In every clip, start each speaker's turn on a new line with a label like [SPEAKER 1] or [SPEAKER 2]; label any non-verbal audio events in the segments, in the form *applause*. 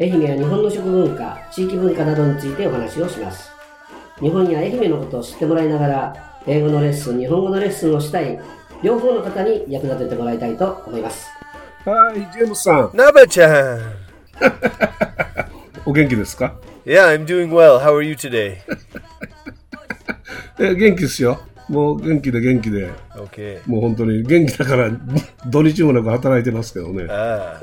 [SPEAKER 1] 愛媛や日本の食文化地域文化などについてお話をします日本や愛媛のことを知ってもらいながら英語のレッスン日本語のレッスンをしたい両方の方に役立ててもらいたいと思います
[SPEAKER 2] はい、ジェームスさん、
[SPEAKER 3] ナバちゃん
[SPEAKER 2] お元気ですか
[SPEAKER 3] Yeah, I'm doing well. How are you today?
[SPEAKER 2] え、元気ですよ。もう元気で元気で、
[SPEAKER 3] Okay.
[SPEAKER 2] もう本当に元気だから *laughs* 土日もなく働いてますけどね。
[SPEAKER 3] Ah,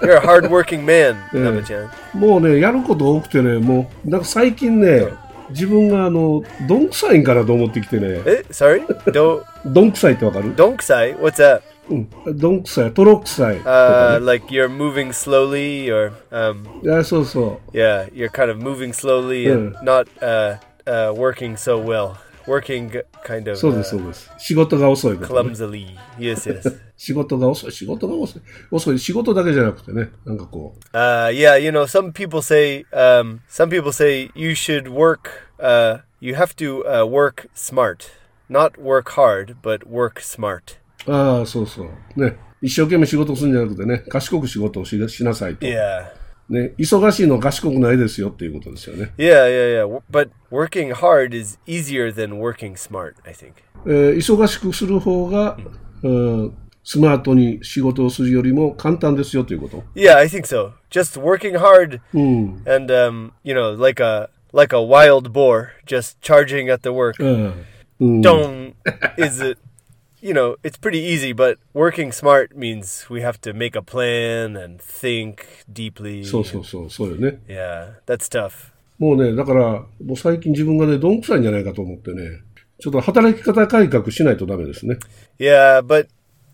[SPEAKER 3] you're a hardworking man, Naba chan.
[SPEAKER 2] もうね、やること多くてね、もう、なんか最近ね、自分があの、どんくさいんかなと思ってきてね、
[SPEAKER 3] Eh, sorry? Do,
[SPEAKER 2] どんくさいってわかる
[SPEAKER 3] donksai? What's up?
[SPEAKER 2] うん。どんくさい、とろくさいとか
[SPEAKER 3] Uh, like you're moving slowly or, um,
[SPEAKER 2] ね。あそうそ
[SPEAKER 3] yeah, you're kind of moving slowly and
[SPEAKER 2] Yeah.
[SPEAKER 3] not uh, uh, working so well. Working kind
[SPEAKER 2] う。
[SPEAKER 3] of
[SPEAKER 2] そうです、
[SPEAKER 3] uh,
[SPEAKER 2] そうです。仕事が遅いことね、
[SPEAKER 3] clumsily. Yes, yes.
[SPEAKER 2] 仕事が遅い、仕事が遅い。遅い、仕事だけじゃなくてね、なんかこう、
[SPEAKER 3] Uh, yeah, you know, some people say um, some people say you should work. Uh, you have to uh, work smart, not work hard, but work smart.
[SPEAKER 2] ああ、そうそう。ね。一生懸命仕事をするんじゃなくてね、賢く仕事をししなさいと。
[SPEAKER 3] Yeah,
[SPEAKER 2] ね、忙しいのは賢くないですよっていうことですよね。
[SPEAKER 3] yeah, yeah, yeah. W- But working hard is easier than working smart. I think.
[SPEAKER 2] えー忙しくする方が、うんスマートに仕事をするよりも簡単ですよということ。
[SPEAKER 3] Yeah, I think so. Just working hard, and um, you know, like a like a wild boar, just charging at the work.
[SPEAKER 2] うん、
[SPEAKER 3] Dong is it. You know, it's pretty easy, but working smart means we have to make a plan and think deeply.
[SPEAKER 2] そうそうそう、そうよね。
[SPEAKER 3] Yeah, that's tough.
[SPEAKER 2] もうね、だから、もう最近自分がね、どんくさいんじゃないかと思ってね、ちょっと働き方改革しないとダメですね。
[SPEAKER 3] Yeah, but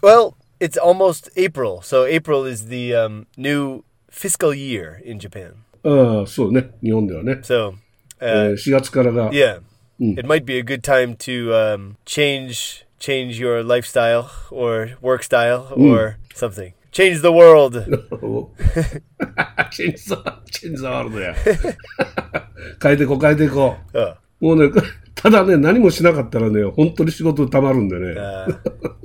[SPEAKER 3] well, it's almost April, so April is the um, new fiscal year in Japan.
[SPEAKER 2] ああ、そうね、日本ではね。
[SPEAKER 3] So,
[SPEAKER 2] えー4月からが、
[SPEAKER 3] yeah, it might be a good time to um, change change your lifestyle or work style or something. Change the world.
[SPEAKER 2] *laughs* おチェンジザー、チェンジザーワールド
[SPEAKER 3] *laughs*
[SPEAKER 2] や。変えてこう、変えてこう。
[SPEAKER 3] Oh,
[SPEAKER 2] もうね、 *laughs* ただね、何もしなかったらね、本当に仕事溜まるんでね、
[SPEAKER 3] uh,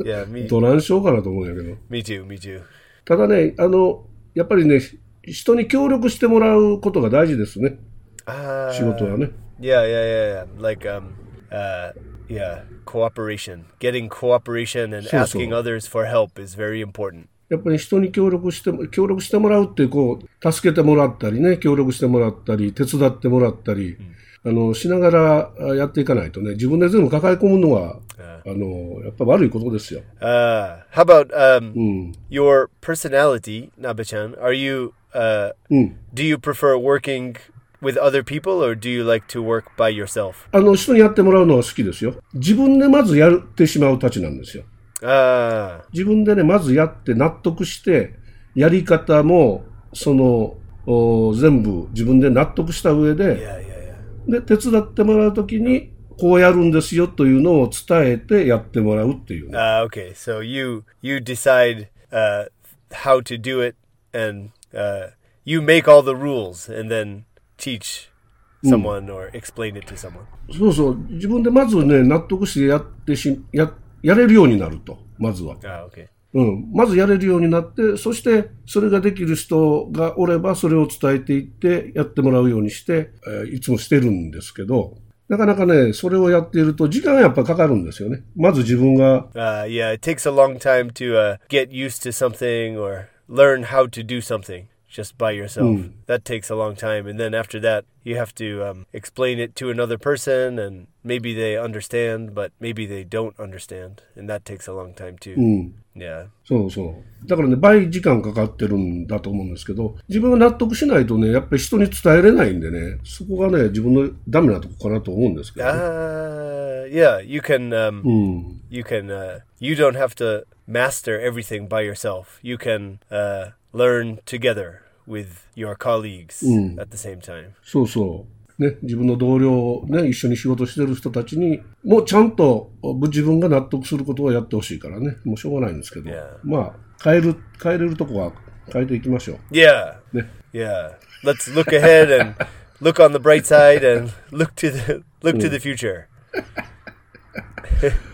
[SPEAKER 3] yeah, me,
[SPEAKER 2] どらんしようかなと思うんやけど。
[SPEAKER 3] me too, me too.
[SPEAKER 2] ただね、あの、やっぱりね、人に協力してもらうことが大事ですね、
[SPEAKER 3] Uh,
[SPEAKER 2] 仕事はね。
[SPEAKER 3] Yeah, yeah, yeah, yeah. Like, um, uh, yeah, cooperation. Getting cooperation and
[SPEAKER 2] So, so.
[SPEAKER 3] asking others for help is very important.
[SPEAKER 2] やっぱり人に協力しても、協力してもらうって、こう、助けてもらったりね、協力してもらったり、手伝ってもらったり、あの、しながらあやっていかないとね、自分で全部抱え込むのは、あの、やっぱ悪いことですよ。
[SPEAKER 3] Uh, how about um,
[SPEAKER 2] うん。
[SPEAKER 3] your personality, Nabachan? Are you, uh,
[SPEAKER 2] うん。
[SPEAKER 3] do you prefer working with other people or do you like to work by yourself?
[SPEAKER 2] あの、人にやってもらうのは好きですよ。自分でまずやってしまうたちなんですよ。
[SPEAKER 3] Uh,
[SPEAKER 2] 自分でね、まずやって納得して、やり方も、その、お全部自分で納得した上で、
[SPEAKER 3] yeah, yeah, yeah.
[SPEAKER 2] で、手伝ってもらうときに、こうやるんですよというのを伝えてやってもらうっていうね。
[SPEAKER 3] Uh, okay, so you you decide uh, how to do it, and uh, you make all the rules, and then teach someone or explain it to someone.
[SPEAKER 2] そうそう。自分でまずね、納得してやってし、や、やれるようになると。まずは。
[SPEAKER 3] Ah, okay.
[SPEAKER 2] うん、まずやれるようになって、そしてそれができる人がおれば、それを伝えていって、やってもらうようにして、えーいつもしてるんですけど、なかなかね、それをやっていると時間がやっぱかかるんですよね。まず自分が、
[SPEAKER 3] Uh, yeah, it takes a long time to uh, get used to something or learn how to do something just by yourself. That takes a long time. And then after that, you have to um, explain it to another person, and maybe they understand, but maybe they don't understand. And that takes a long time too. Yeah.
[SPEAKER 2] そうそう。だからね、倍時間かかってるんだと思うんですけど、自分が納得しないとね、やっぱり人に伝えれないんでね、そこがね、自分のダメなとこかなと思うんですけどね、
[SPEAKER 3] Uh, yeah, you can. Um, You can. Uh, you don't have to master everything by yourself. You can uh, learn together with your colleagues at the same time.
[SPEAKER 2] そうそう。ね、自分の同僚、ね、一緒に仕事してる人たちに、もうちゃんと自分が納得することはやってほしいからね、もうしょうがないんですけど、
[SPEAKER 3] Yeah.
[SPEAKER 2] まあ、変える、変えれるとこは変えていきましょう。
[SPEAKER 3] Yeah.
[SPEAKER 2] Yeah.
[SPEAKER 3] Yeah. Let's look ahead and look on the bright side and look to the look to the future.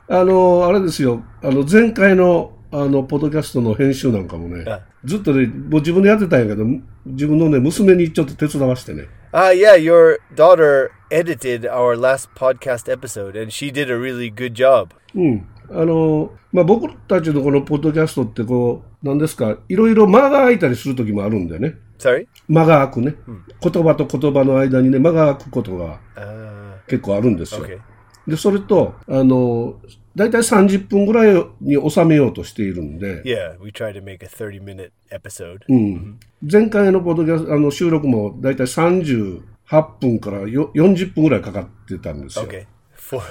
[SPEAKER 2] あの、あれですよ、あの、前回の、あの、ポッドキャストの編集なんかもね
[SPEAKER 3] あ、
[SPEAKER 2] ずっとね、もう自分でやってたんやけど、自分のね、娘にちょっと手伝わしてね。
[SPEAKER 3] Ah, yeah, your daughter edited our last podcast episode and she did a really good job.
[SPEAKER 2] うん。あの、まあ、僕たちのこのポッドキャストってこう、なんですか、いろいろ間が空いたりする時もあるんだよね。
[SPEAKER 3] Sorry?
[SPEAKER 2] 間が空くね。言葉と言葉の間にね、間が空くことが
[SPEAKER 3] Uh,
[SPEAKER 2] 結構あるんですよ。
[SPEAKER 3] okay.
[SPEAKER 2] で、それと、あの、だいたい30分ぐらいに収めようとしているんで、
[SPEAKER 3] Yeah, we tried to make a 30 minute episode.
[SPEAKER 2] うん前回のポッドキャスト、あの収録もだいたい38分からよ40分ぐらいかかってたんですよ。
[SPEAKER 3] Okay. For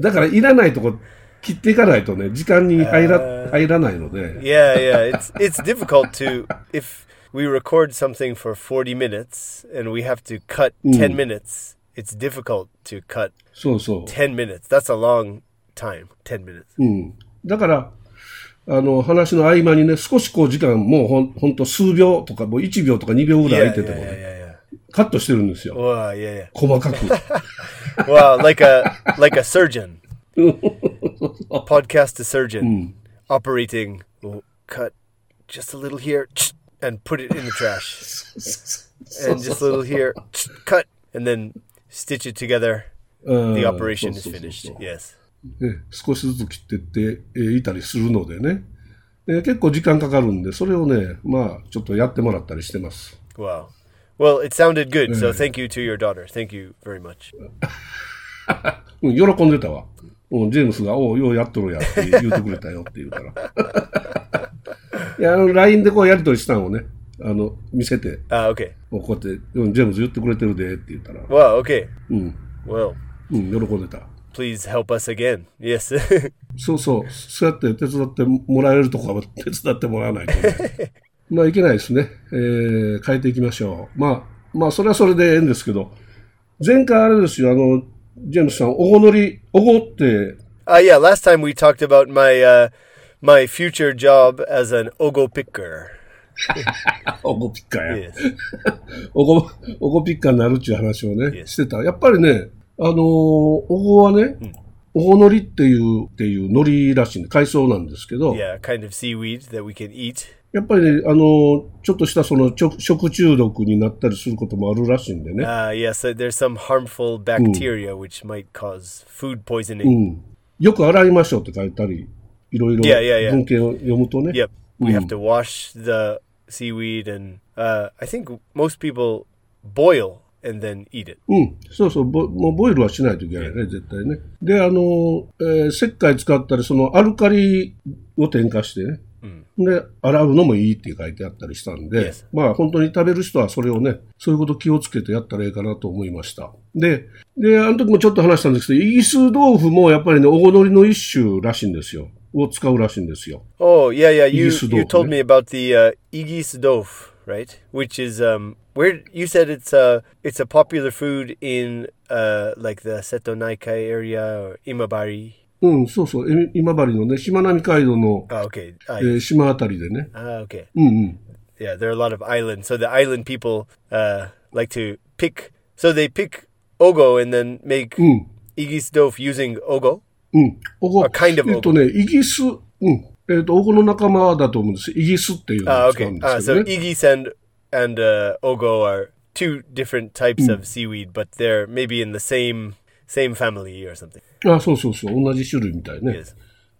[SPEAKER 2] だからいらないとこ切っていかないとね、時間に入ら入らないので、
[SPEAKER 3] Yeah, yeah. It's it's difficult to if we record something for 40 minutes and we have to cut 10 minutes. It's difficult to cut
[SPEAKER 2] そうそう。
[SPEAKER 3] 10 minutes. That's a long time. 10 minutes.
[SPEAKER 2] うん、だから、あの話の合間にね、少しこう時間、もうほんほんと数秒とか、もう1秒とか2秒ぐらい
[SPEAKER 3] Yeah,
[SPEAKER 2] 空い
[SPEAKER 3] yeah,
[SPEAKER 2] てても
[SPEAKER 3] yeah,
[SPEAKER 2] ね、
[SPEAKER 3] yeah, yeah.
[SPEAKER 2] カットしてるんですよ。
[SPEAKER 3] Wow, yeah,
[SPEAKER 2] 細かく。
[SPEAKER 3] yeah. Wow, like a like a surgeon. Podcast a surgeon operating. We'll cut just a little here and put it in the trash. And just a little here, cut and then stitch it together.
[SPEAKER 2] うん
[SPEAKER 3] The operation is
[SPEAKER 2] そうそうそう
[SPEAKER 3] finished.
[SPEAKER 2] そう
[SPEAKER 3] Yes.
[SPEAKER 2] ね少しずつ切ってって、えーいたりするのでね、えー結構時間かかるんで、それをね、まあ、ちょっとやってもらったりしてます。
[SPEAKER 3] Wow. Well, it sounded good. So thank you to your daughter. Thank you very much.
[SPEAKER 2] うん、喜んでたわ。うん、ジェームスが、おう、ようやっとるやって言うてくれたよって言うから。 *laughs* いや、あの、LINE でこうやりとりしたのをね、あの、見せて、
[SPEAKER 3] Ah, okay.
[SPEAKER 2] こうやって、うん、ジェームズ言ってくれてるでって言ったら、
[SPEAKER 3] Wow. Okay.
[SPEAKER 2] うん、
[SPEAKER 3] Well,
[SPEAKER 2] うん、喜んでた。
[SPEAKER 3] please help us again. Yes. *laughs*
[SPEAKER 2] そうそう、そうやって手伝ってもらえるとこは手伝ってもらわないとね。
[SPEAKER 3] *laughs*
[SPEAKER 2] まあ、いけないですね。えー、変えていきましょう。まあ、まあ、それはそれでええんですけど、前回あれですよ、あの、ジェームスさん、おごのり、おごって、
[SPEAKER 3] Ah, yeah. Last time we talked about my uh, my future job as an ogo picker.
[SPEAKER 2] おごピッカーや。
[SPEAKER 3] Yes.
[SPEAKER 2] おご、おごピッカーになるっていう話をね、
[SPEAKER 3] Yes.
[SPEAKER 2] してた。やっぱりね、あのーおごはね、おごのりっていう、っていうのりらしいんで、海藻なんですけど、
[SPEAKER 3] Yeah, kind of seaweed that we can eat.
[SPEAKER 2] やっぱりね、あのーちょっとしたその食食中毒になったりすることもあるらしいんでね。
[SPEAKER 3] Ah, yeah. So there's some harmful bacteria which might cause food poisoning.
[SPEAKER 2] よく洗いましょうって書いたり、いろいろ
[SPEAKER 3] Yeah, yeah, yeah.
[SPEAKER 2] 文献を読むとね。
[SPEAKER 3] Yep. We have to wash the seaweed, and uh, I think most people boil and then eat it.
[SPEAKER 2] うん。そうそう、ボもうボイルはしないといけないね、絶対ね。で、あの、えー石灰使ったり、そのアルカリを添加してね。で、洗うのもいいって書いてあったりしたんで、
[SPEAKER 3] Yes.
[SPEAKER 2] まあ本当に食べる人はそれをね、そういうこと気をつけてやったらいいかなと思いました。で、で、あの時もちょっと話したんですけど、イギリス豆腐もやっぱりね、おごのりの一種らしいんですよ。を使うらしいんですよ。
[SPEAKER 3] Oh yeah, yeah. You
[SPEAKER 2] Igisudov,
[SPEAKER 3] you told
[SPEAKER 2] yeah.
[SPEAKER 3] me about the uh, igisudov, right? Which is um, where you said it's a it's a popular food in uh, like the Setonaikai area or Imabari.
[SPEAKER 2] うん、そうそう、え今治のね、しまなみ海道の、
[SPEAKER 3] Oh, okay. Ah,
[SPEAKER 2] えー島あたりでね。
[SPEAKER 3] ah, okay.
[SPEAKER 2] うんうん。
[SPEAKER 3] Yeah, there are a lot of islands. So the island people uh, like to pick. So they pick ogo and then make
[SPEAKER 2] Mm.
[SPEAKER 3] igisudov using ogo.
[SPEAKER 2] うん。ここ。
[SPEAKER 3] kind of
[SPEAKER 2] えっとね、イギリス、うん。ええっ、と、オゴの仲間だと思うんです。イギスっていうの
[SPEAKER 3] Ah,
[SPEAKER 2] を使う
[SPEAKER 3] okay.
[SPEAKER 2] んで
[SPEAKER 3] Ah,
[SPEAKER 2] すけ
[SPEAKER 3] so
[SPEAKER 2] どね。
[SPEAKER 3] igis and and uh, ogo are two different types of seaweed, but they're maybe in the same same family or something.
[SPEAKER 2] あそうそうそう、同じ種類みたいね。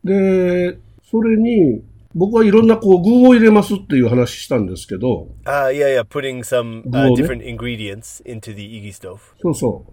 [SPEAKER 3] Yes.
[SPEAKER 2] で、それに、僕はいろんなこう具を入れますっていう話したんですけど、
[SPEAKER 3] Ah, yeah, yeah. Putting some uh,
[SPEAKER 2] Guone.
[SPEAKER 3] different ingredients into the igi stove.
[SPEAKER 2] そうそう、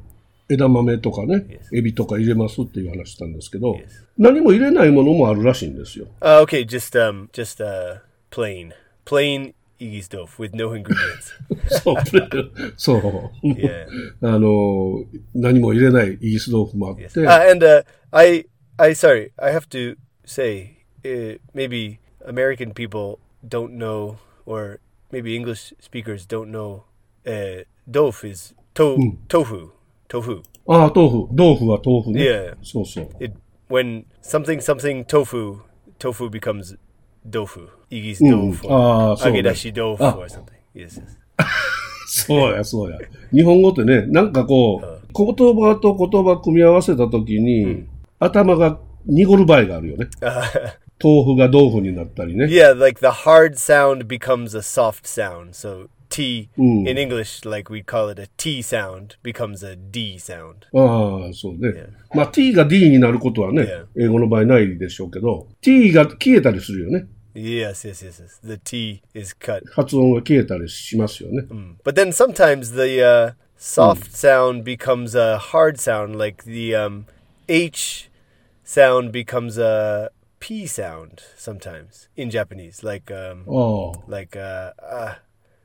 [SPEAKER 2] 枝豆とかね、エビとか入れますっていう話したんですけど
[SPEAKER 3] Yes.、
[SPEAKER 2] 何も入れないものもあるらしいんですよ。
[SPEAKER 3] Uh, okay, just um, just uh, plain, plain igi stove with no ingredients. *laughs*
[SPEAKER 2] そう、プレ *laughs* そう。
[SPEAKER 3] yeah.
[SPEAKER 2] あの、何も入れないイギス豆腐もあって、
[SPEAKER 3] Yes. Ah, and uh, I, I, sorry, I have to say, uh, maybe American people don't know, or maybe English speakers don't know, uh, dof is to-
[SPEAKER 2] Hmm.
[SPEAKER 3] tofu, tofu.
[SPEAKER 2] ああ、豆腐、豆腐は豆腐ね。
[SPEAKER 3] Yeah.
[SPEAKER 2] そうそう。
[SPEAKER 3] It when something something tofu, tofu becomes dofu, igi's
[SPEAKER 2] Mm,
[SPEAKER 3] dofu,
[SPEAKER 2] ah, so
[SPEAKER 3] agedashi dofu,
[SPEAKER 2] Ah.
[SPEAKER 3] or something. Yes, yes.
[SPEAKER 2] そうや、そうや。日本語ってね、なんかこう、言葉と言葉組み合わせたときに、頭が濁る場合があるよね。
[SPEAKER 3] Uh,
[SPEAKER 2] 豆腐が豆腐になったりね。
[SPEAKER 3] yeah, like the hard sound becomes a soft sound. So T
[SPEAKER 2] Mm.
[SPEAKER 3] in English, like we call it a T sound, becomes a D sound.
[SPEAKER 2] ああ、そうね。まあ、t が d になることはね
[SPEAKER 3] Yeah.
[SPEAKER 2] 英語の場合ないでしょうけど、t が消えたりするよね。
[SPEAKER 3] Yes, yes, yes, yes. The T is cut.
[SPEAKER 2] 発音が消えたりしますよね。
[SPEAKER 3] But then sometimes the uh, soft sound becomes a hard sound, like the um, H sound becomes a P sound sometimes in Japanese, like um,
[SPEAKER 2] ああ、
[SPEAKER 3] like uh, uh,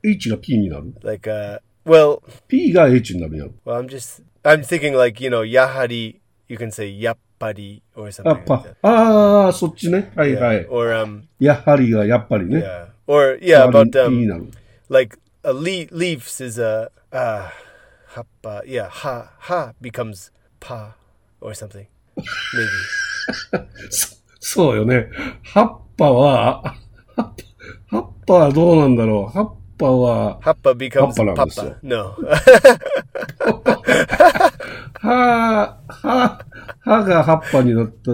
[SPEAKER 2] h が p になる。
[SPEAKER 3] like uh, well,
[SPEAKER 2] p が h になるよ。
[SPEAKER 3] well, I'm just I'm thinking like you know yahari, you can say yappari or
[SPEAKER 2] や
[SPEAKER 3] something
[SPEAKER 2] っ
[SPEAKER 3] like
[SPEAKER 2] ぱ
[SPEAKER 3] that.、
[SPEAKER 2] ああ、そっちね。はいはい。
[SPEAKER 3] Or um,
[SPEAKER 2] やはりがやっぱりね。
[SPEAKER 3] yeah, or yeah,
[SPEAKER 2] やはり
[SPEAKER 3] about um,
[SPEAKER 2] になる。
[SPEAKER 3] like a le- leaves is a uh, hapa, yeah ha ha becomes pa or something maybe
[SPEAKER 2] そうよね。葉っぱは、葉っぱ葉っぱはどうなんだろう。葉っぱは、
[SPEAKER 3] hapa becomes
[SPEAKER 2] Happa lang
[SPEAKER 3] papa
[SPEAKER 2] gusto.
[SPEAKER 3] no *laughs*
[SPEAKER 2] 葉、葉、葉が葉っぱになった、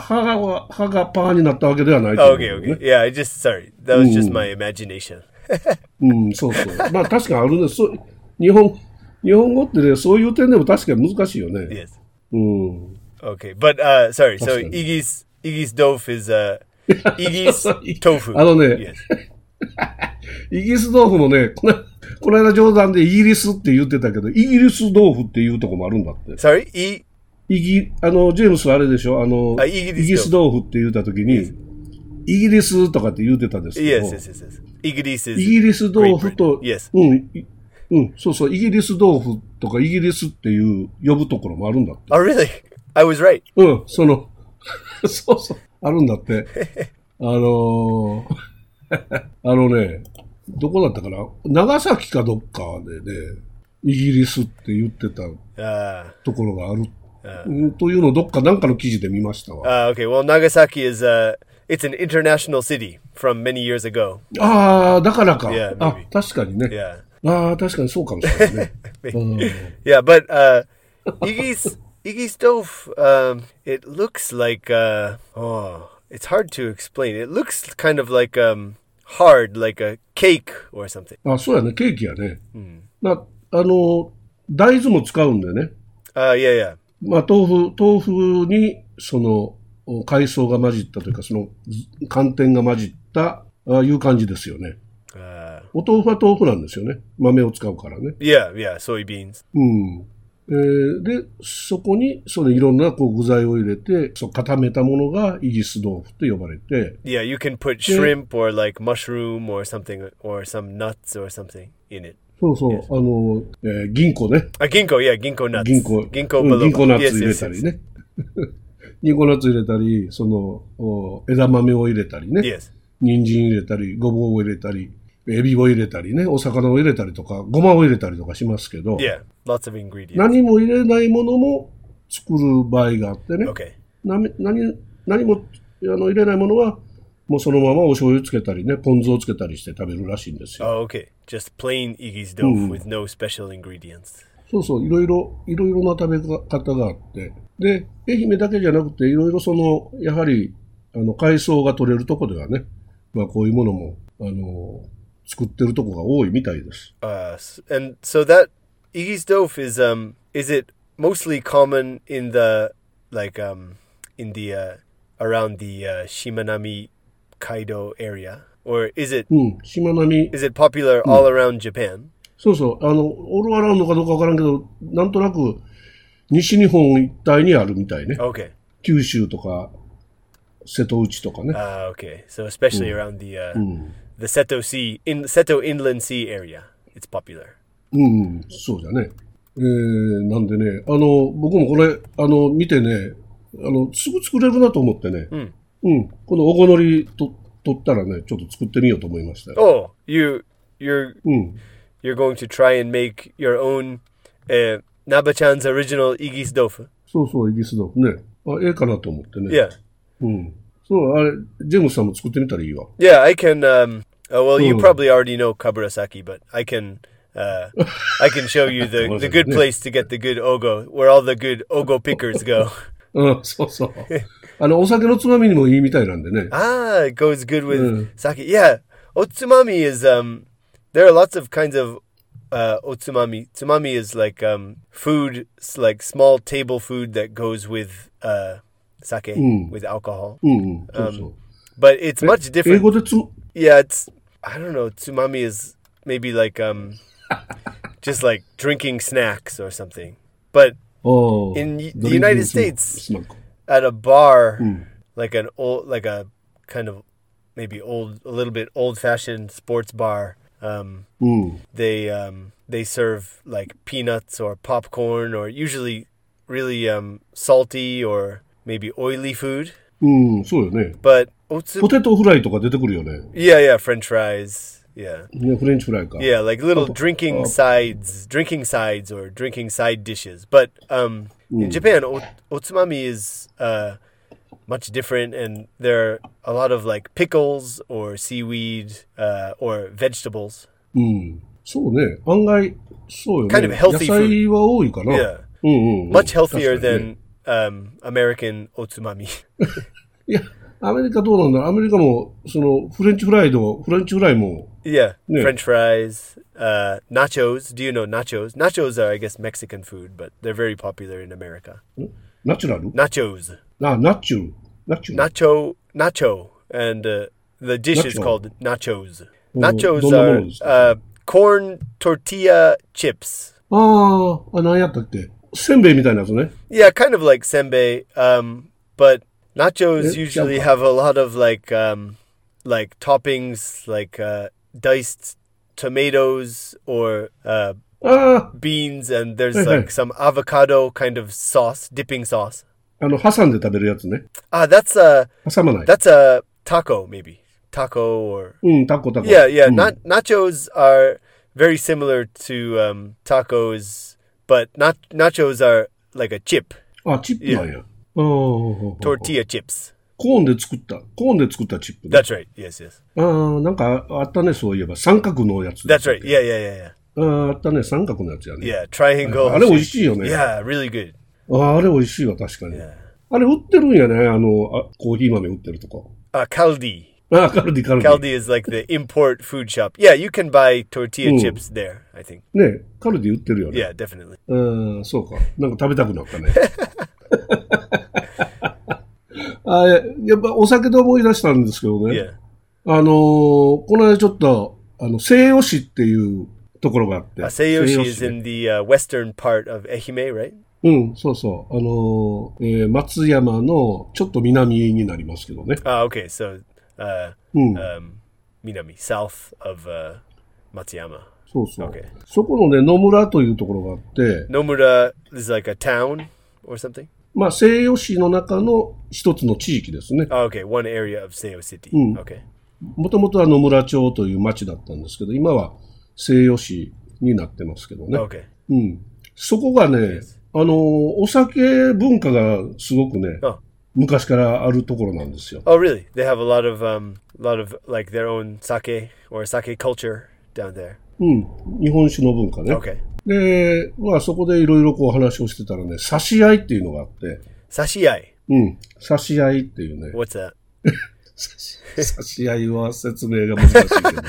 [SPEAKER 2] 葉が、葉がパーになったわけではないと思う、ね。
[SPEAKER 3] okay okay yeah i just sorry that was
[SPEAKER 2] Mm.
[SPEAKER 3] just my imagination
[SPEAKER 2] うん、そうそう。 *laughs* まあ確かにあるね。そう日本、日本語ってね、そういう点でも確かに難しいよね。
[SPEAKER 3] yes
[SPEAKER 2] うん。
[SPEAKER 3] okay but uh sorry so
[SPEAKER 2] Awesome.
[SPEAKER 3] iggy's iggy's dof is
[SPEAKER 2] *laughs*
[SPEAKER 3] uh iggy's tofu
[SPEAKER 2] あのね
[SPEAKER 3] yes
[SPEAKER 2] イギリス豆腐もね、この、この間冗談でイギリスって言ってたけど、イギリス豆腐っていうとこもあるんだって。
[SPEAKER 3] sorry
[SPEAKER 2] *laughs*
[SPEAKER 3] e
[SPEAKER 2] イギ、あの、ジェームスはあれでしょあの、
[SPEAKER 3] あイギリス豆腐
[SPEAKER 2] イギリス豆腐って言ったときに、イギリスとかって言ってたんですけど、
[SPEAKER 3] yes yes yes yes iggy's
[SPEAKER 2] イギ
[SPEAKER 3] is
[SPEAKER 2] リス豆腐と、
[SPEAKER 3] Great Britain. Yes.
[SPEAKER 2] うん、いうん、そうそう、イギリス豆腐とかイギリスっていう呼ぶところもあるんだって。
[SPEAKER 3] oh really i was right
[SPEAKER 2] うん、その、 *laughs* そうそう、あるん
[SPEAKER 3] *laughs*
[SPEAKER 2] だって。あのーあのね、どこだったかな長崎かどっかでね、イギリスって言ってた
[SPEAKER 3] uh
[SPEAKER 2] ところがある。うんというのをどっかなんかの記事で見ましたわ。
[SPEAKER 3] Uh, okay, well, Nagasaki is uh, it's an international city from many years ago.
[SPEAKER 2] ああ、だからか。
[SPEAKER 3] Yeah,
[SPEAKER 2] あ
[SPEAKER 3] maybe.、
[SPEAKER 2] 確かにね。
[SPEAKER 3] Yeah,
[SPEAKER 2] ああ、確かにそうかもしれ
[SPEAKER 3] *laughs*
[SPEAKER 2] ないね。
[SPEAKER 3] yeah, but uh, Iggy's Iggy's stove. Um, it looks like uh, oh, it's hard to explain. It looks kind of like um, hard, like a cake or something.
[SPEAKER 2] あそうやね、ケーキやね。なあの、大豆も使うんだよね。
[SPEAKER 3] Uh, yeah, yeah,
[SPEAKER 2] まあ、豆腐、豆腐に、その、お海藻が混じったというか、その、ず寒天が混じった、あいう感じですよね。
[SPEAKER 3] uh,
[SPEAKER 2] お豆腐は豆腐なんですよね。豆を使うからね。
[SPEAKER 3] yeah, yeah. Soybeans.
[SPEAKER 2] うん。えーで、そこに、そのいろんなこう具材を入れて、そう固めたものがイギス豆腐と呼ばれて、
[SPEAKER 3] Yeah, you can put shrimp or like mushroom or something or some nuts or something in it.
[SPEAKER 2] そうそう、あの、えー銀行ね。
[SPEAKER 3] Uh, ginko, yeah, ginko nuts.
[SPEAKER 2] 銀行、
[SPEAKER 3] ginko
[SPEAKER 2] うん、銀
[SPEAKER 3] biloba.
[SPEAKER 2] 行ナッ
[SPEAKER 3] Yes,
[SPEAKER 2] ツ入れ
[SPEAKER 3] yes,
[SPEAKER 2] た
[SPEAKER 3] yes.
[SPEAKER 2] りね。 *laughs* 銀行ナッツ入れたり、その、お枝豆を入れたりね。
[SPEAKER 3] Yes.
[SPEAKER 2] 人参入れたり、ごぼうを入れたり、エビを入れたりね、お魚を入れたりとか、ごまを入れたりとかしますけど、
[SPEAKER 3] Yeah, lots of ingredients.
[SPEAKER 2] 何も入れないものも作る場合があってね、
[SPEAKER 3] Okay.
[SPEAKER 2] なめ何何もあの入れないものは、もうそのままお醤油つけたりね、ポン酢をつけたりして食べるらしいんですよ。
[SPEAKER 3] Oh, okay. Just plain Iggy's dough with no special ingredients.
[SPEAKER 2] そうそう、いろいろ、いろいろな食べ方があって、で、愛媛だけじゃなくて、いろいろその、やはり、あの、海藻が取れるとこではね、まあこういうものも、あの、作ってるとこが多いみたいです。
[SPEAKER 3] Uh, s- and so that Iggy's Dof is um is it mostly common in the like um in the uh, around the uh, Shimanami Kaido area or is it
[SPEAKER 2] うん、しまなみ、
[SPEAKER 3] is it popular all around Japan?
[SPEAKER 2] そうそう、あの、オールアラウンドかどうかわからんけど、なんとなく、西日本一帯にあるみたいね。
[SPEAKER 3] Okay.
[SPEAKER 2] 九州とか、瀬戸内とかね。
[SPEAKER 3] Ah, okay. So especially around the uh, the Seto Sea in Seto Inland Sea area, it's popular.
[SPEAKER 2] うん、そうだね。えー、なんでね、あの、僕もこれ、あの、見てね、あの、すぐ作れるなと思ってね、うん。このおごのりと、取ったらね、ちょっと作ってみようと思いましたよ。
[SPEAKER 3] Oh, you you're
[SPEAKER 2] うん。
[SPEAKER 3] you're going to try and make your own uh, Nabachan's original Iggy's Dofu.
[SPEAKER 2] そうそう、イギリスだね。あ、ええかなと思ってね。
[SPEAKER 3] Yeah.
[SPEAKER 2] うん。そう、あれ、ジェームスさんも作ってみたらいいわ。
[SPEAKER 3] Yeah, I can. Um, uh, well, you
[SPEAKER 2] Hmm.
[SPEAKER 3] probably already know Kaburasaki, but I can. Uh, I can show you the, the good place to get the good ogo, where all the good ogo pickers go.
[SPEAKER 2] うん、そうそう。あの、お酒のつまみにもいいみたいなんでね。
[SPEAKER 3] ah, it goes good with sake. Yeah, otsumami is. Um, there are lots of kinds of uh, otsumami. Tsumami is like um, food, s- like small table food that goes with uh, sake, with alcohol.
[SPEAKER 2] うん、うん、そうそう。
[SPEAKER 3] But it's much
[SPEAKER 2] 英
[SPEAKER 3] different.
[SPEAKER 2] 語でつ、う
[SPEAKER 3] Yeah, it's I don't know. Tsumami is maybe like um, just like drinking snacks or something. But
[SPEAKER 2] ん
[SPEAKER 3] In the
[SPEAKER 2] ドリンク
[SPEAKER 3] United
[SPEAKER 2] スナッ
[SPEAKER 3] States
[SPEAKER 2] クスナック
[SPEAKER 3] at a bar, like an old, like a kind of maybe old, a little bit old-fashioned sports bar. Um,
[SPEAKER 2] うん。
[SPEAKER 3] they um, they serve like peanuts or popcorn or usually really um, salty or maybe oily food.
[SPEAKER 2] うん、そうよね。
[SPEAKER 3] But otsu-
[SPEAKER 2] ポテトフライとか出てくるよね。
[SPEAKER 3] yeah, yeah, French fries, yeah.
[SPEAKER 2] ね、フレンチフライか。
[SPEAKER 3] Yeah, like little drinking sides, drinking sides, or drinking side dishes. But um, in Japan, o- otsumami is uh, much different, and there are a lot of like pickles or seaweed uh, or vegetables.
[SPEAKER 2] うん。そうね。案外、そうよね。
[SPEAKER 3] Kind of
[SPEAKER 2] 野
[SPEAKER 3] healthy
[SPEAKER 2] 菜は多いかな。
[SPEAKER 3] Yeah,
[SPEAKER 2] うんうん。
[SPEAKER 3] much healthier
[SPEAKER 2] 確かにね
[SPEAKER 3] than um, American otsumami. *laughs*
[SPEAKER 2] いや、アメリカどうなんだろうアメリカも、その、フレンチフライド、フレンチフライも、
[SPEAKER 3] yeah,
[SPEAKER 2] Yeah.
[SPEAKER 3] French fries, uh, nachos. Do you know nachos? Nachos are, I guess, Mexican food, but they're very popular in America.
[SPEAKER 2] ナチュラル
[SPEAKER 3] Nachos.
[SPEAKER 2] あ、ナチュル。ナチュル。
[SPEAKER 3] nacho nacho and uh, the dish is
[SPEAKER 2] Nacho. Mm,
[SPEAKER 3] called nachos
[SPEAKER 2] どんなものです
[SPEAKER 3] nachos are
[SPEAKER 2] か
[SPEAKER 3] uh, corn tortilla chips
[SPEAKER 2] ああ、あ、何やったっけせんべいみたいなやつね。
[SPEAKER 3] yeah kind of like senbei um, but nachos
[SPEAKER 2] Yeah,
[SPEAKER 3] usually
[SPEAKER 2] yeah.
[SPEAKER 3] have a lot of like um, like toppings like uh, diced tomatoes or uh,
[SPEAKER 2] あ
[SPEAKER 3] beans and there's
[SPEAKER 2] Hey,
[SPEAKER 3] like
[SPEAKER 2] hey.
[SPEAKER 3] some avocado kind of sauce dipping sauce
[SPEAKER 2] あ、あの、挟んで食べるやつね。
[SPEAKER 3] ah that's a
[SPEAKER 2] 挟まない。
[SPEAKER 3] that's a taco maybe taco or
[SPEAKER 2] うん、タコタコ。
[SPEAKER 3] Yeah, yeah. Not nachos are very similar to um, tacos, but not nachos are like a chip,
[SPEAKER 2] あ、チップなんや。あー
[SPEAKER 3] tortilla chips.
[SPEAKER 2] コーンで作った、コーンで作ったチップね。
[SPEAKER 3] That's right. Yes, yes.
[SPEAKER 2] ああ、なんかあったね、そういえば。三角のやつ。
[SPEAKER 3] That's right. Yeah, yeah, yeah, yeah.
[SPEAKER 2] あーあったね、三角のやつやね。
[SPEAKER 3] Yeah, triangle.
[SPEAKER 2] あれ美味しいよね。
[SPEAKER 3] Yeah, really good.
[SPEAKER 2] ああ、あれ美味しいわ、確かに。あれ売ってるんやね、あの、あコーヒー豆売ってるとこ。
[SPEAKER 3] Uh, caldi.
[SPEAKER 2] ああ、カルディ、カル
[SPEAKER 3] Caldi
[SPEAKER 2] ディ。
[SPEAKER 3] is like the import food shop. Yeah, you can buy tortilla
[SPEAKER 2] Mm.
[SPEAKER 3] chips there. I think.
[SPEAKER 2] ねカルディ売ってるよね。
[SPEAKER 3] Yeah, definitely.
[SPEAKER 2] うん、そうか。なんか食べたくなったね。あえやっぱお酒で思い出したんですけどね。
[SPEAKER 3] Yeah.
[SPEAKER 2] あのーこの間ちょっと、あの、西予市っていうところがあって。
[SPEAKER 3] Aseyoshi
[SPEAKER 2] 西予
[SPEAKER 3] is
[SPEAKER 2] 市ね
[SPEAKER 3] in the uh, western part of Ehime, right?
[SPEAKER 2] うん、そうそう。あのーえー松山のちょっと南になりますけどね。
[SPEAKER 3] Ah, okay. So, uh,
[SPEAKER 2] うん、
[SPEAKER 3] um, Minami, south of uh, Matsuyama.
[SPEAKER 2] そうそう。
[SPEAKER 3] okay.
[SPEAKER 2] そこのね、野村というところがあって、
[SPEAKER 3] Nomura is like a town or something.
[SPEAKER 2] まあ、西予市の中の一つの地域ですね。
[SPEAKER 3] Oh, okay, one area of Seo City.
[SPEAKER 2] Hmm.
[SPEAKER 3] Okay.
[SPEAKER 2] もともとは野村町という町だったんですけど、今は西予市になってますけどね。
[SPEAKER 3] Okay.
[SPEAKER 2] うん。そこがね、あのーお酒文化がすごくね、
[SPEAKER 3] あ
[SPEAKER 2] 昔からあるところなんですよ。
[SPEAKER 3] Oh, really? They have a lot of um, lot of like their own sake or sake culture down there.
[SPEAKER 2] うん。日本酒の文化ね。
[SPEAKER 3] Okay.
[SPEAKER 2] で、まあそこでいろいろこう話をしてたらね、差し合いっていうのがあって、
[SPEAKER 3] Sashiyai.
[SPEAKER 2] うん。差し合いっていうね、
[SPEAKER 3] What's that?
[SPEAKER 2] 差し合いは説明が難しいけど、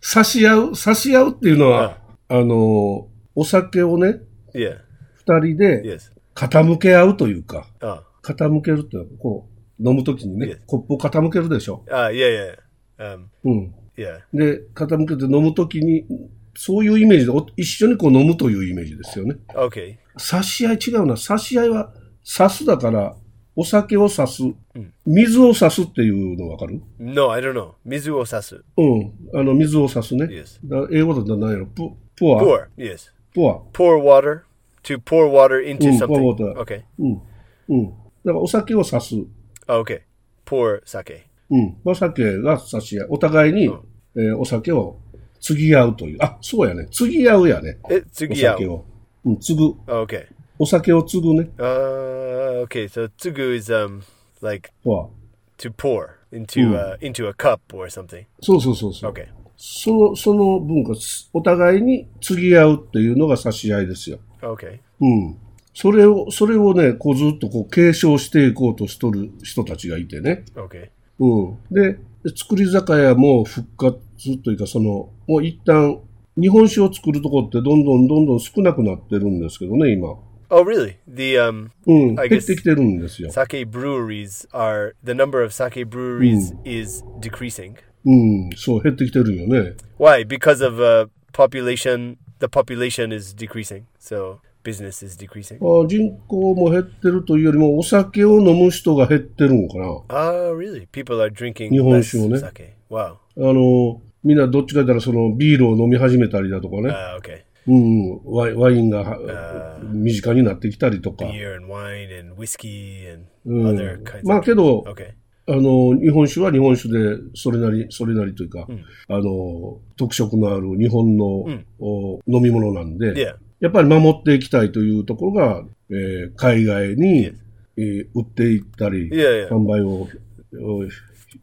[SPEAKER 2] 差し合う、差し合うっていうのは、あの、お酒をね、
[SPEAKER 3] Yeah.
[SPEAKER 2] 二人で
[SPEAKER 3] Yes.
[SPEAKER 2] 傾け合うというか、
[SPEAKER 3] Ah.
[SPEAKER 2] 傾けるっていうのは、こう、飲むときに
[SPEAKER 3] いえ
[SPEAKER 2] ね、コップを傾けるでしょ。
[SPEAKER 3] Ah. Yeah. Yeah. Um.
[SPEAKER 2] うん。
[SPEAKER 3] Yeah.
[SPEAKER 2] で、傾けて飲むときに、そういうイメージでお、一緒にこう飲むというイメージですよね。
[SPEAKER 3] Okay.
[SPEAKER 2] 差し合い違うな。差し合いは、差すだから、お酒を差す。水を差すっていうのわかる
[SPEAKER 3] No, I don't know. Mizu osasu.
[SPEAKER 2] うん。あの、水を差すね。
[SPEAKER 3] Yes.
[SPEAKER 2] だ英語だと何やろポポア。
[SPEAKER 3] Pour. Yes.
[SPEAKER 2] ポア。
[SPEAKER 3] Pour water. To pour water into
[SPEAKER 2] Mm, pour
[SPEAKER 3] something.
[SPEAKER 2] water.
[SPEAKER 3] Okay.
[SPEAKER 2] うん。だからお酒を差す。う
[SPEAKER 3] Oh, okay. Pour sake.
[SPEAKER 2] ん。お酒が差し合い。お互いに、えーお酒を継ぎ合うという。あ、そうやね。継ぎ合うやね。
[SPEAKER 3] Eh,
[SPEAKER 2] お
[SPEAKER 3] tsugi
[SPEAKER 2] 酒
[SPEAKER 3] out.
[SPEAKER 2] を。うん、継ぐ。
[SPEAKER 3] Okay.
[SPEAKER 2] お酒を継ぐね。
[SPEAKER 3] Uh, okay. So tsugu is um like
[SPEAKER 2] ポア。
[SPEAKER 3] to pour into uh, into a cup or something.
[SPEAKER 2] そうそうそうそう。
[SPEAKER 3] Okay.
[SPEAKER 2] その、その文化、すお互いに継ぎ合うっていうのが差し合いですよ。
[SPEAKER 3] Okay.
[SPEAKER 2] うん。それを、それをね、こうずっとこう継承していこうとしとる人たちがいてね。
[SPEAKER 3] Okay.
[SPEAKER 2] うん。で、作り酒屋も復活というか、その、もう一旦、日本酒を作るとこってどんどんどんどん少なくなってるんですけどね、今。
[SPEAKER 3] Oh, really? The um
[SPEAKER 2] うん。
[SPEAKER 3] I guess-
[SPEAKER 2] 減ってきてるんですよ。
[SPEAKER 3] sake breweries are the number of sake breweries is decreasing.
[SPEAKER 2] うん。そう、減ってきてるよね。
[SPEAKER 3] Why? Because of uh, population. The population is decreasing, so business is decreasing.
[SPEAKER 2] あ人口も減ってるというよりも、お酒を飲む人が減ってるのかな。
[SPEAKER 3] Ah, really? People are drinking less
[SPEAKER 2] 日本酒をね。
[SPEAKER 3] sake. Wow.
[SPEAKER 2] あの、みんなどっちか言ったらそのビールを飲み始めたりだとかね、
[SPEAKER 3] Ah, okay.
[SPEAKER 2] うんうん、ワイワインがは身近になってきたりとか、
[SPEAKER 3] Beer and wine and whiskey and
[SPEAKER 2] うん
[SPEAKER 3] other kinds.
[SPEAKER 2] まあ
[SPEAKER 3] of
[SPEAKER 2] けど、
[SPEAKER 3] Okay.
[SPEAKER 2] あの、日本酒は日本酒で、それなり、それなりというか、あの、特色のある日本の、お飲み物なんで、
[SPEAKER 3] Yeah.
[SPEAKER 2] やっぱり守っていきたいというところが、えー海外に
[SPEAKER 3] Yes.、
[SPEAKER 2] えー売っていったり、
[SPEAKER 3] Yeah, yeah.
[SPEAKER 2] 販売をお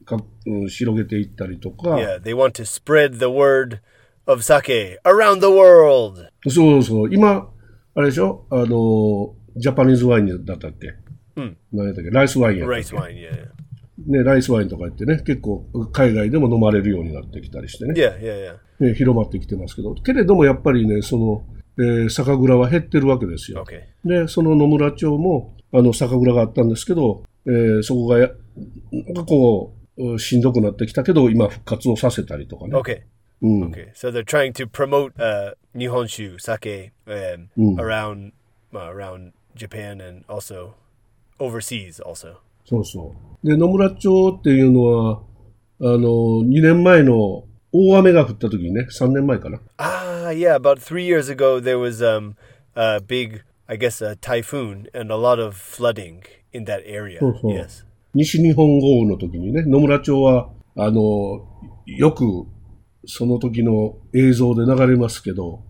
[SPEAKER 2] か、うん広げていったりとか、
[SPEAKER 3] Yeah. They want to spread the word of sake around the world.
[SPEAKER 2] そうそう。今、あれでしょあの、ジャパニーズワインだったっけ
[SPEAKER 3] うん。
[SPEAKER 2] 何やったっけライスワインやったっけ
[SPEAKER 3] Rice wine. Yeah. yeah.
[SPEAKER 2] ね、ライスワインとか言ってね、結構海外でも飲まれるようになってきたりしてね、
[SPEAKER 3] Yeah. Yeah. Yeah.
[SPEAKER 2] ね広まってきてますけど、けれどもやっぱりね、その、えー酒蔵は減ってるわけですよ。
[SPEAKER 3] Okay.
[SPEAKER 2] で、その野村町も、あの、酒蔵があったんですけど、えーそこがや、なんかこう、うんしんどくなってきたけど、今復活をさせたりとかね。
[SPEAKER 3] Okay.
[SPEAKER 2] うん。
[SPEAKER 3] Okay, so they're trying to promote uh, Nihonshu sake um,
[SPEAKER 2] Mm.
[SPEAKER 3] around uh, around Japan and also overseas. Also,
[SPEAKER 2] そうそう。で、野村町っていうのは、あの、2年前の大雨が降った時にね、3年前かな。
[SPEAKER 3] ah, yeah, about three years ago there was um, a big, I guess, a typhoon and a lot of flooding in that area.
[SPEAKER 2] Oh, oh.
[SPEAKER 3] Yes,
[SPEAKER 2] 西日本豪雨の時にね、野村町は、あの、よく、その時の映像で流れますけど、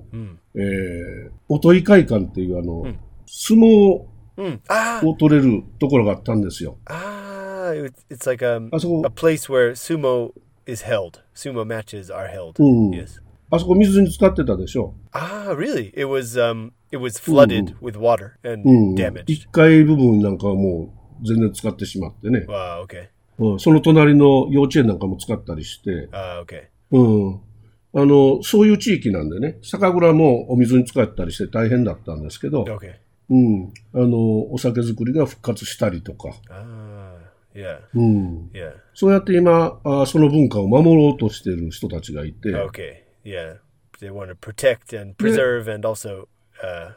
[SPEAKER 2] えー、音井会館っていうあの、相撲
[SPEAKER 3] mm. ah,
[SPEAKER 2] を取れるところがあったんですよ。
[SPEAKER 3] ah, it- it's like um,
[SPEAKER 2] Ah, so-
[SPEAKER 3] a place where sumo is held. Sumo matches are held.
[SPEAKER 2] Mm.
[SPEAKER 3] Yes.
[SPEAKER 2] あそこ水に浸かってたでしょ。
[SPEAKER 3] Ah, really? It was um, it was flooded with water and
[SPEAKER 2] うん。
[SPEAKER 3] damaged.
[SPEAKER 2] 1階部分なんかはもう全然使ってしまってね。
[SPEAKER 3] Wow. Okay.
[SPEAKER 2] うん、その隣の幼稚園なんかも使ったりして、
[SPEAKER 3] Ah, okay.
[SPEAKER 2] うん。あの、そういう地域なんでね、酒蔵もお水に使ったりして大変だったんですけど、
[SPEAKER 3] Okay.
[SPEAKER 2] うん。あの、お酒造りが復活したりとか、
[SPEAKER 3] Ah, yeah,
[SPEAKER 2] うん。
[SPEAKER 3] yeah.
[SPEAKER 2] そうやって今、あその文化を守ろうとしている人たちがいて、
[SPEAKER 3] Okay, yeah. They want to protect and preserve and also uh,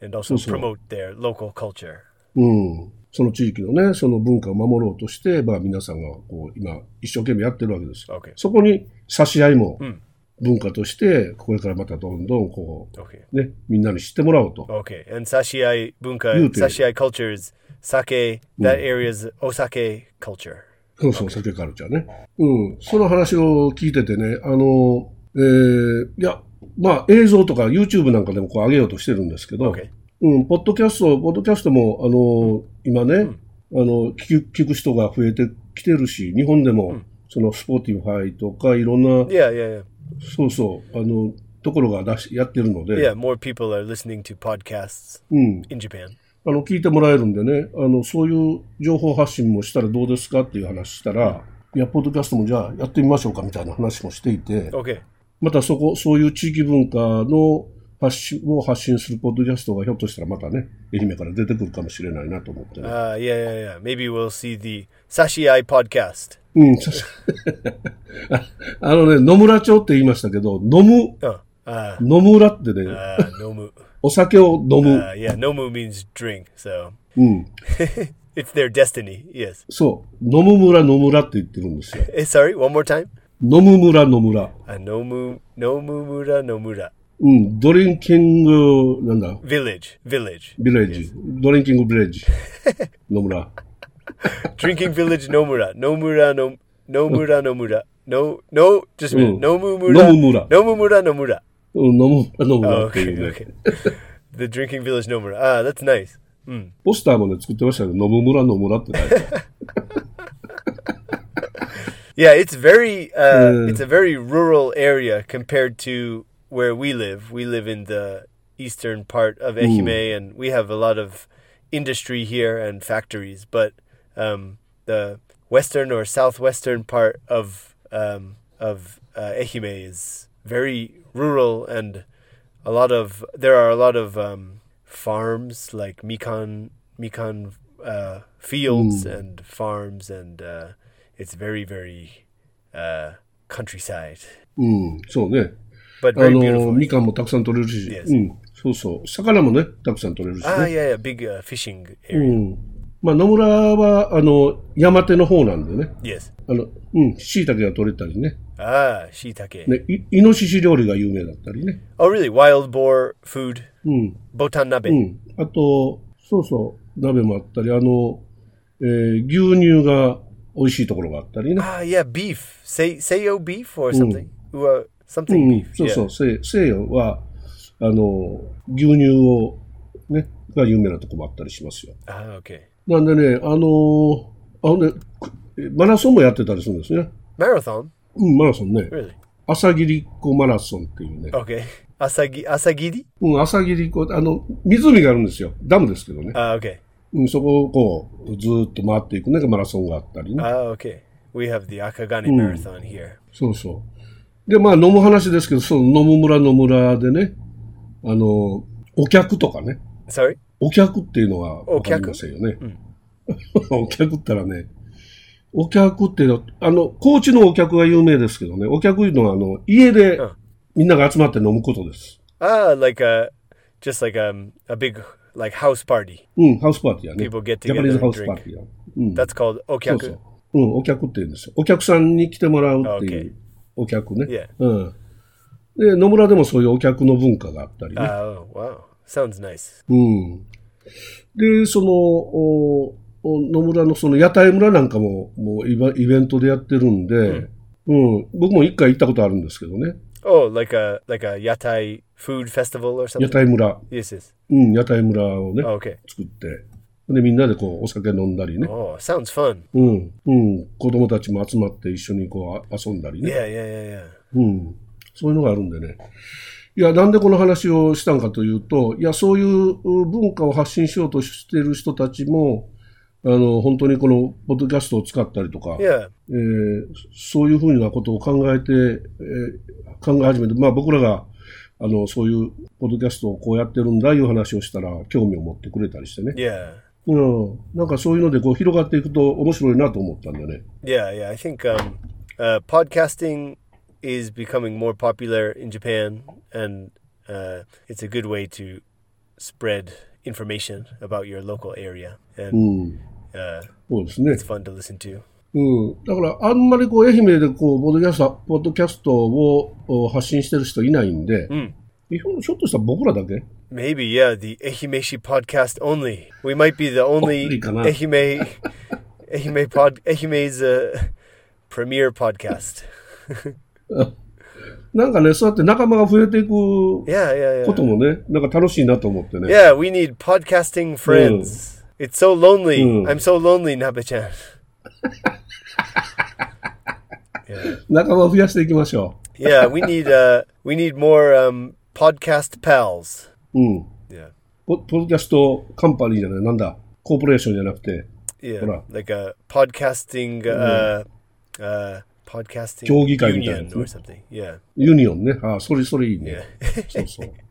[SPEAKER 3] and also
[SPEAKER 2] So-so.
[SPEAKER 3] promote their local culture.
[SPEAKER 2] うん。その地域のね、その文化を守ろうとして、まあ皆さんがこう、今、一生懸命やってるわけですよ。
[SPEAKER 3] Okay,
[SPEAKER 2] そこに差し合いも
[SPEAKER 3] うん
[SPEAKER 2] 文化として、これからまたどんどんこ
[SPEAKER 3] okay,
[SPEAKER 2] う、ね、みんなに知ってもらおうと。
[SPEAKER 3] okay. And sashiai bunka,
[SPEAKER 2] You do.
[SPEAKER 3] sashiai culture is sake. That area's osake culture.
[SPEAKER 2] そうそう、酒カルチャーね。うん。その話を聞いててね、あの、えー、いや、まあ映像とか YouTube なんかでもこう上げようとしてるんですけど、
[SPEAKER 3] Okay,
[SPEAKER 2] うん、ポッドキャスト、ポッドキャストも、あの、今ね、あの聞く、聞く人が増えてきてるし、日本でも、そのスポーティファイとかいろんな、
[SPEAKER 3] yeah, yeah, yeah.
[SPEAKER 2] そうそう、あの、ところが出し、やってるので、
[SPEAKER 3] Yeah, more people are listening to podcasts
[SPEAKER 2] うん。
[SPEAKER 3] in Japan.
[SPEAKER 2] ああの、聞いてもらえるんでね、あの、そういう情報発信もしたらどうですかっていう話したら、いや、ポッドキャストもじゃあやってみましょうかみたいな話もしていて、
[SPEAKER 3] Okay.
[SPEAKER 2] またそこ、そういう地域文化の発信を発信するポッドキャストがひょっとしたらまたね、愛媛から出てくるかもしれないなと思って、ね。
[SPEAKER 3] Uh, yeah, yeah, yeah. Maybe we'll see the Sashi Eye podcast.
[SPEAKER 2] うん、そうそうあ *laughs* あのね、野村町って言いましたけど、飲む、
[SPEAKER 3] Oh, uh,
[SPEAKER 2] 野村ってね、
[SPEAKER 3] uh, Nomu.
[SPEAKER 2] お酒を飲む。
[SPEAKER 3] Uh, yeah, Nomu means drink, so *laughs*
[SPEAKER 2] うん。
[SPEAKER 3] it's their destiny. Yes.
[SPEAKER 2] そう。飲む村野村って言ってるんですよ。
[SPEAKER 3] Eh, sorry, one more time.
[SPEAKER 2] 飲む村野村。
[SPEAKER 3] Uh, Nomu, Nomumura, Nomura.
[SPEAKER 2] うん。ドリンキング、なんだ、
[SPEAKER 3] Village, village.
[SPEAKER 2] ビレッジ。ドリンキングビレッ *laughs* ジ。野村。
[SPEAKER 3] Drinking village, Nomura. Nomura, no, Nomura, Nomura. No, no, just a minute.
[SPEAKER 2] Mm.
[SPEAKER 3] Nomumura.
[SPEAKER 2] Nomumura.
[SPEAKER 3] Nomumura, Nomura.
[SPEAKER 2] うん、飲む村野
[SPEAKER 3] Oh,
[SPEAKER 2] 村ってい
[SPEAKER 3] okay,
[SPEAKER 2] うね。
[SPEAKER 3] okay. the Drinking Village Nomura. Ah, that's nice.
[SPEAKER 2] ポスターもね、作ってましたけど、飲む村野村って書いてある
[SPEAKER 3] Yeah, it's very uh,
[SPEAKER 2] Mm.
[SPEAKER 3] it's a very rural area compared to where we live. We live in the eastern part of Ehime, and we have a lot of industry here and factories. But um, the western or southwestern part of um, of uh, Ehime is very rural, and a lot of there are a lot of um, farms like mikan mikan uh, fields and farms and uh, it's very very uh, countryside
[SPEAKER 2] うん、そうね。
[SPEAKER 3] but
[SPEAKER 2] あ
[SPEAKER 3] very
[SPEAKER 2] の、
[SPEAKER 3] beautiful
[SPEAKER 2] みかんもたくさん取れるし、
[SPEAKER 3] Yes.
[SPEAKER 2] うん、そうそう。魚もね、たくさん取れるし
[SPEAKER 3] ah
[SPEAKER 2] ね。
[SPEAKER 3] yeah yeah big uh, fishing
[SPEAKER 2] う
[SPEAKER 3] area
[SPEAKER 2] ん。まあ、野村は、あの、山手の方なんでね。
[SPEAKER 3] yes
[SPEAKER 2] あの、うん、椎茸が取れたりね。
[SPEAKER 3] ah shiitake
[SPEAKER 2] ね、い、イノシシ料理が有名だったりね。
[SPEAKER 3] oh really wild boar food
[SPEAKER 2] うん。
[SPEAKER 3] botan
[SPEAKER 2] う
[SPEAKER 3] nabe
[SPEAKER 2] ん。あと、そうそう、鍋もあったり、あの、えー牛乳が美味しいところがあったりね。
[SPEAKER 3] ah yeah beef say sayo beef or something Ua-
[SPEAKER 2] う
[SPEAKER 3] something
[SPEAKER 2] ん
[SPEAKER 3] beef
[SPEAKER 2] そうそ
[SPEAKER 3] yeah
[SPEAKER 2] う、西西洋は、あの、牛乳を、ね、が有名なとこもあったりしますよ。
[SPEAKER 3] ah okay
[SPEAKER 2] なんでね、あのーあのね、くマラソンもやってたりするんですね。
[SPEAKER 3] marathon
[SPEAKER 2] うん、マラソンね。
[SPEAKER 3] really
[SPEAKER 2] 朝霧湖マラソンっていうね。
[SPEAKER 3] okay *laughs* asagi asagiri
[SPEAKER 2] うん、朝霧湖、あの、湖があるんですよ。ダムですけどね。
[SPEAKER 3] ah okay
[SPEAKER 2] うん、そこをこう、ずーっと回っていくね、マラソンがあったりね。
[SPEAKER 3] Ah, okay. We have the Akagane Marathon here.
[SPEAKER 2] そうそう。で、まあ、飲む話ですけど、その飲む村の村でね、あの、お客とかね、
[SPEAKER 3] Sorry?
[SPEAKER 2] お客っていうのは
[SPEAKER 3] お
[SPEAKER 2] わ
[SPEAKER 3] 客
[SPEAKER 2] かりませんよね。 *laughs* お客ったらね、お客っていうのは、あの、高知のお客が有名ですけどね、お客いうのは、あの、家で
[SPEAKER 3] うん
[SPEAKER 2] みんなが集まって飲むことです。
[SPEAKER 3] Ah, like a, just like um, a big like house party.
[SPEAKER 2] うん、ハウスパーティーやね。
[SPEAKER 3] People get
[SPEAKER 2] ジャパニーズ
[SPEAKER 3] together
[SPEAKER 2] ハ
[SPEAKER 3] and
[SPEAKER 2] ウスパー
[SPEAKER 3] drink.
[SPEAKER 2] ティーや。うん。
[SPEAKER 3] That's called
[SPEAKER 2] そう
[SPEAKER 3] okyaku.
[SPEAKER 2] そう。うん、お客って言うんですよ。お客さんに来てもらうっていう、お客ね。
[SPEAKER 3] Yeah.
[SPEAKER 2] うん。で、野村でもそういうお客の文化があったりね。
[SPEAKER 3] Ah, oh, wow. Sounds nice.
[SPEAKER 2] うん。で、その、おお野村のその屋台村なんかも、もうイベイベントでやってるんで、うん、僕も一回行ったことあるんですけどね。
[SPEAKER 3] Oh, like a like a yatai food festival or
[SPEAKER 2] 屋
[SPEAKER 3] something.
[SPEAKER 2] 台村。
[SPEAKER 3] Yes, yes.
[SPEAKER 2] うん、屋台村をね、
[SPEAKER 3] Oh, okay.
[SPEAKER 2] 作って。で、みんなでこう、お酒飲んだりね。
[SPEAKER 3] Oh, sounds fun.
[SPEAKER 2] うん、うん、子供たちも集まって一緒にこう、あ遊んだりね。
[SPEAKER 3] Yeah, yeah, yeah, yeah.
[SPEAKER 2] うん。そういうのがあるんでね。いや、なんでこの話をしたんかというと、いや、そういうう文化を発信しようとしている人たちも、あの、本当にこの、ポッドキャストを使ったりとか、
[SPEAKER 3] Yeah.
[SPEAKER 2] えーそういうふうなことを考えて、えー考え始めて、まあ僕らが、あの、そういう、ポッドキャストをこうやってるんだいう話をしたら、興味を持ってくれたりしてね。
[SPEAKER 3] Yeah.
[SPEAKER 2] うん。なんかそういうので、こう、広がっていくと面白いなと思ったんだよね。
[SPEAKER 3] Yeah, yeah. I think um, uh, podcasting is becoming more popular in Japan, and uh, it's a good way to spread information about your local area,
[SPEAKER 2] う
[SPEAKER 3] and
[SPEAKER 2] ん。
[SPEAKER 3] uh,
[SPEAKER 2] そうですね
[SPEAKER 3] it's。fun to listen to.
[SPEAKER 2] うん、だから、あんまりこう愛媛でこうポッドキャストポッドキャストをお発信してる人いないんで、
[SPEAKER 3] ん
[SPEAKER 2] 日本ひょっとしたら僕らだけ
[SPEAKER 3] Maybe, yeah, the Ehimeshi podcast only. We might be the only
[SPEAKER 2] Onlyかな。
[SPEAKER 3] Ehime, Ehime pod, Ehime's uh, premier podcast.
[SPEAKER 2] なんかね、そうやって仲間が増えていくこ
[SPEAKER 3] Yeah, yeah, yeah.
[SPEAKER 2] ともね、なんか楽しいなと思ってね。
[SPEAKER 3] Yeah, we need podcasting friends. It's so lonely.
[SPEAKER 2] Mm.
[SPEAKER 3] I'm so lonely, Nabe-chan. yeah.
[SPEAKER 2] 仲間を増やしていきましょ
[SPEAKER 3] yeah, we need uh, we need more um, podcast pals.
[SPEAKER 2] う。うん。
[SPEAKER 3] Yeah,
[SPEAKER 2] ポポッドキャストカンパニーじゃない、なんだ、コーポレーションじゃなくて、
[SPEAKER 3] Yeah,
[SPEAKER 2] Hold on.
[SPEAKER 3] like a podcasting, uh, uh, podcasting
[SPEAKER 2] 競技会みたいなやつ
[SPEAKER 3] union
[SPEAKER 2] ね。
[SPEAKER 3] or something. Yeah,
[SPEAKER 2] ユニオンね。ああ、それ、それいいね。そうそう。 *laughs*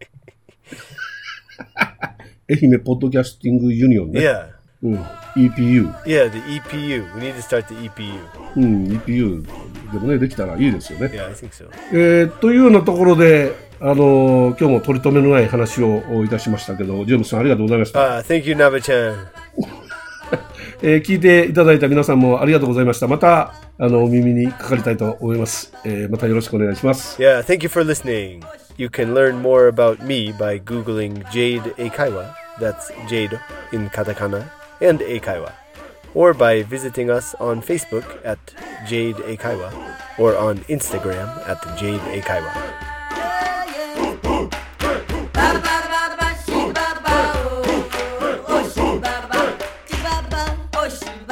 [SPEAKER 2] 愛媛ポッドキャスティングユニオンね。
[SPEAKER 3] yeah,
[SPEAKER 2] うん。EPU。
[SPEAKER 3] yeah. The EPU. We need to start the E EPU.
[SPEAKER 2] うん、EPU でもね、できたらいいですよね。
[SPEAKER 3] Yeah, I think so.
[SPEAKER 2] えーというようなところで、あのー今日も取り留めのない話をいたしましたけど、ジェームスさんありがとうございました。
[SPEAKER 3] Ah, thank you, Nava-chan.
[SPEAKER 2] えー聞いていただいた皆さんもありがとうございました。また、あの、お耳にかかりたいと思います。えーまたよろしくお願いします。
[SPEAKER 3] Yeah, thank you for listening. You can learn more about me by googling Jade Eikaiwa. That's Jade in katakana and Eikaiwa. Or by visiting us on Facebook at Jade Eikaiwa or on Instagram at Jade Eikaiwa.
[SPEAKER 4] Ba-ba-ba-ba-ba, she-ba-ba, oh. Oh, she-ba-ba, she-ba-ba, oh, she-ba-ba.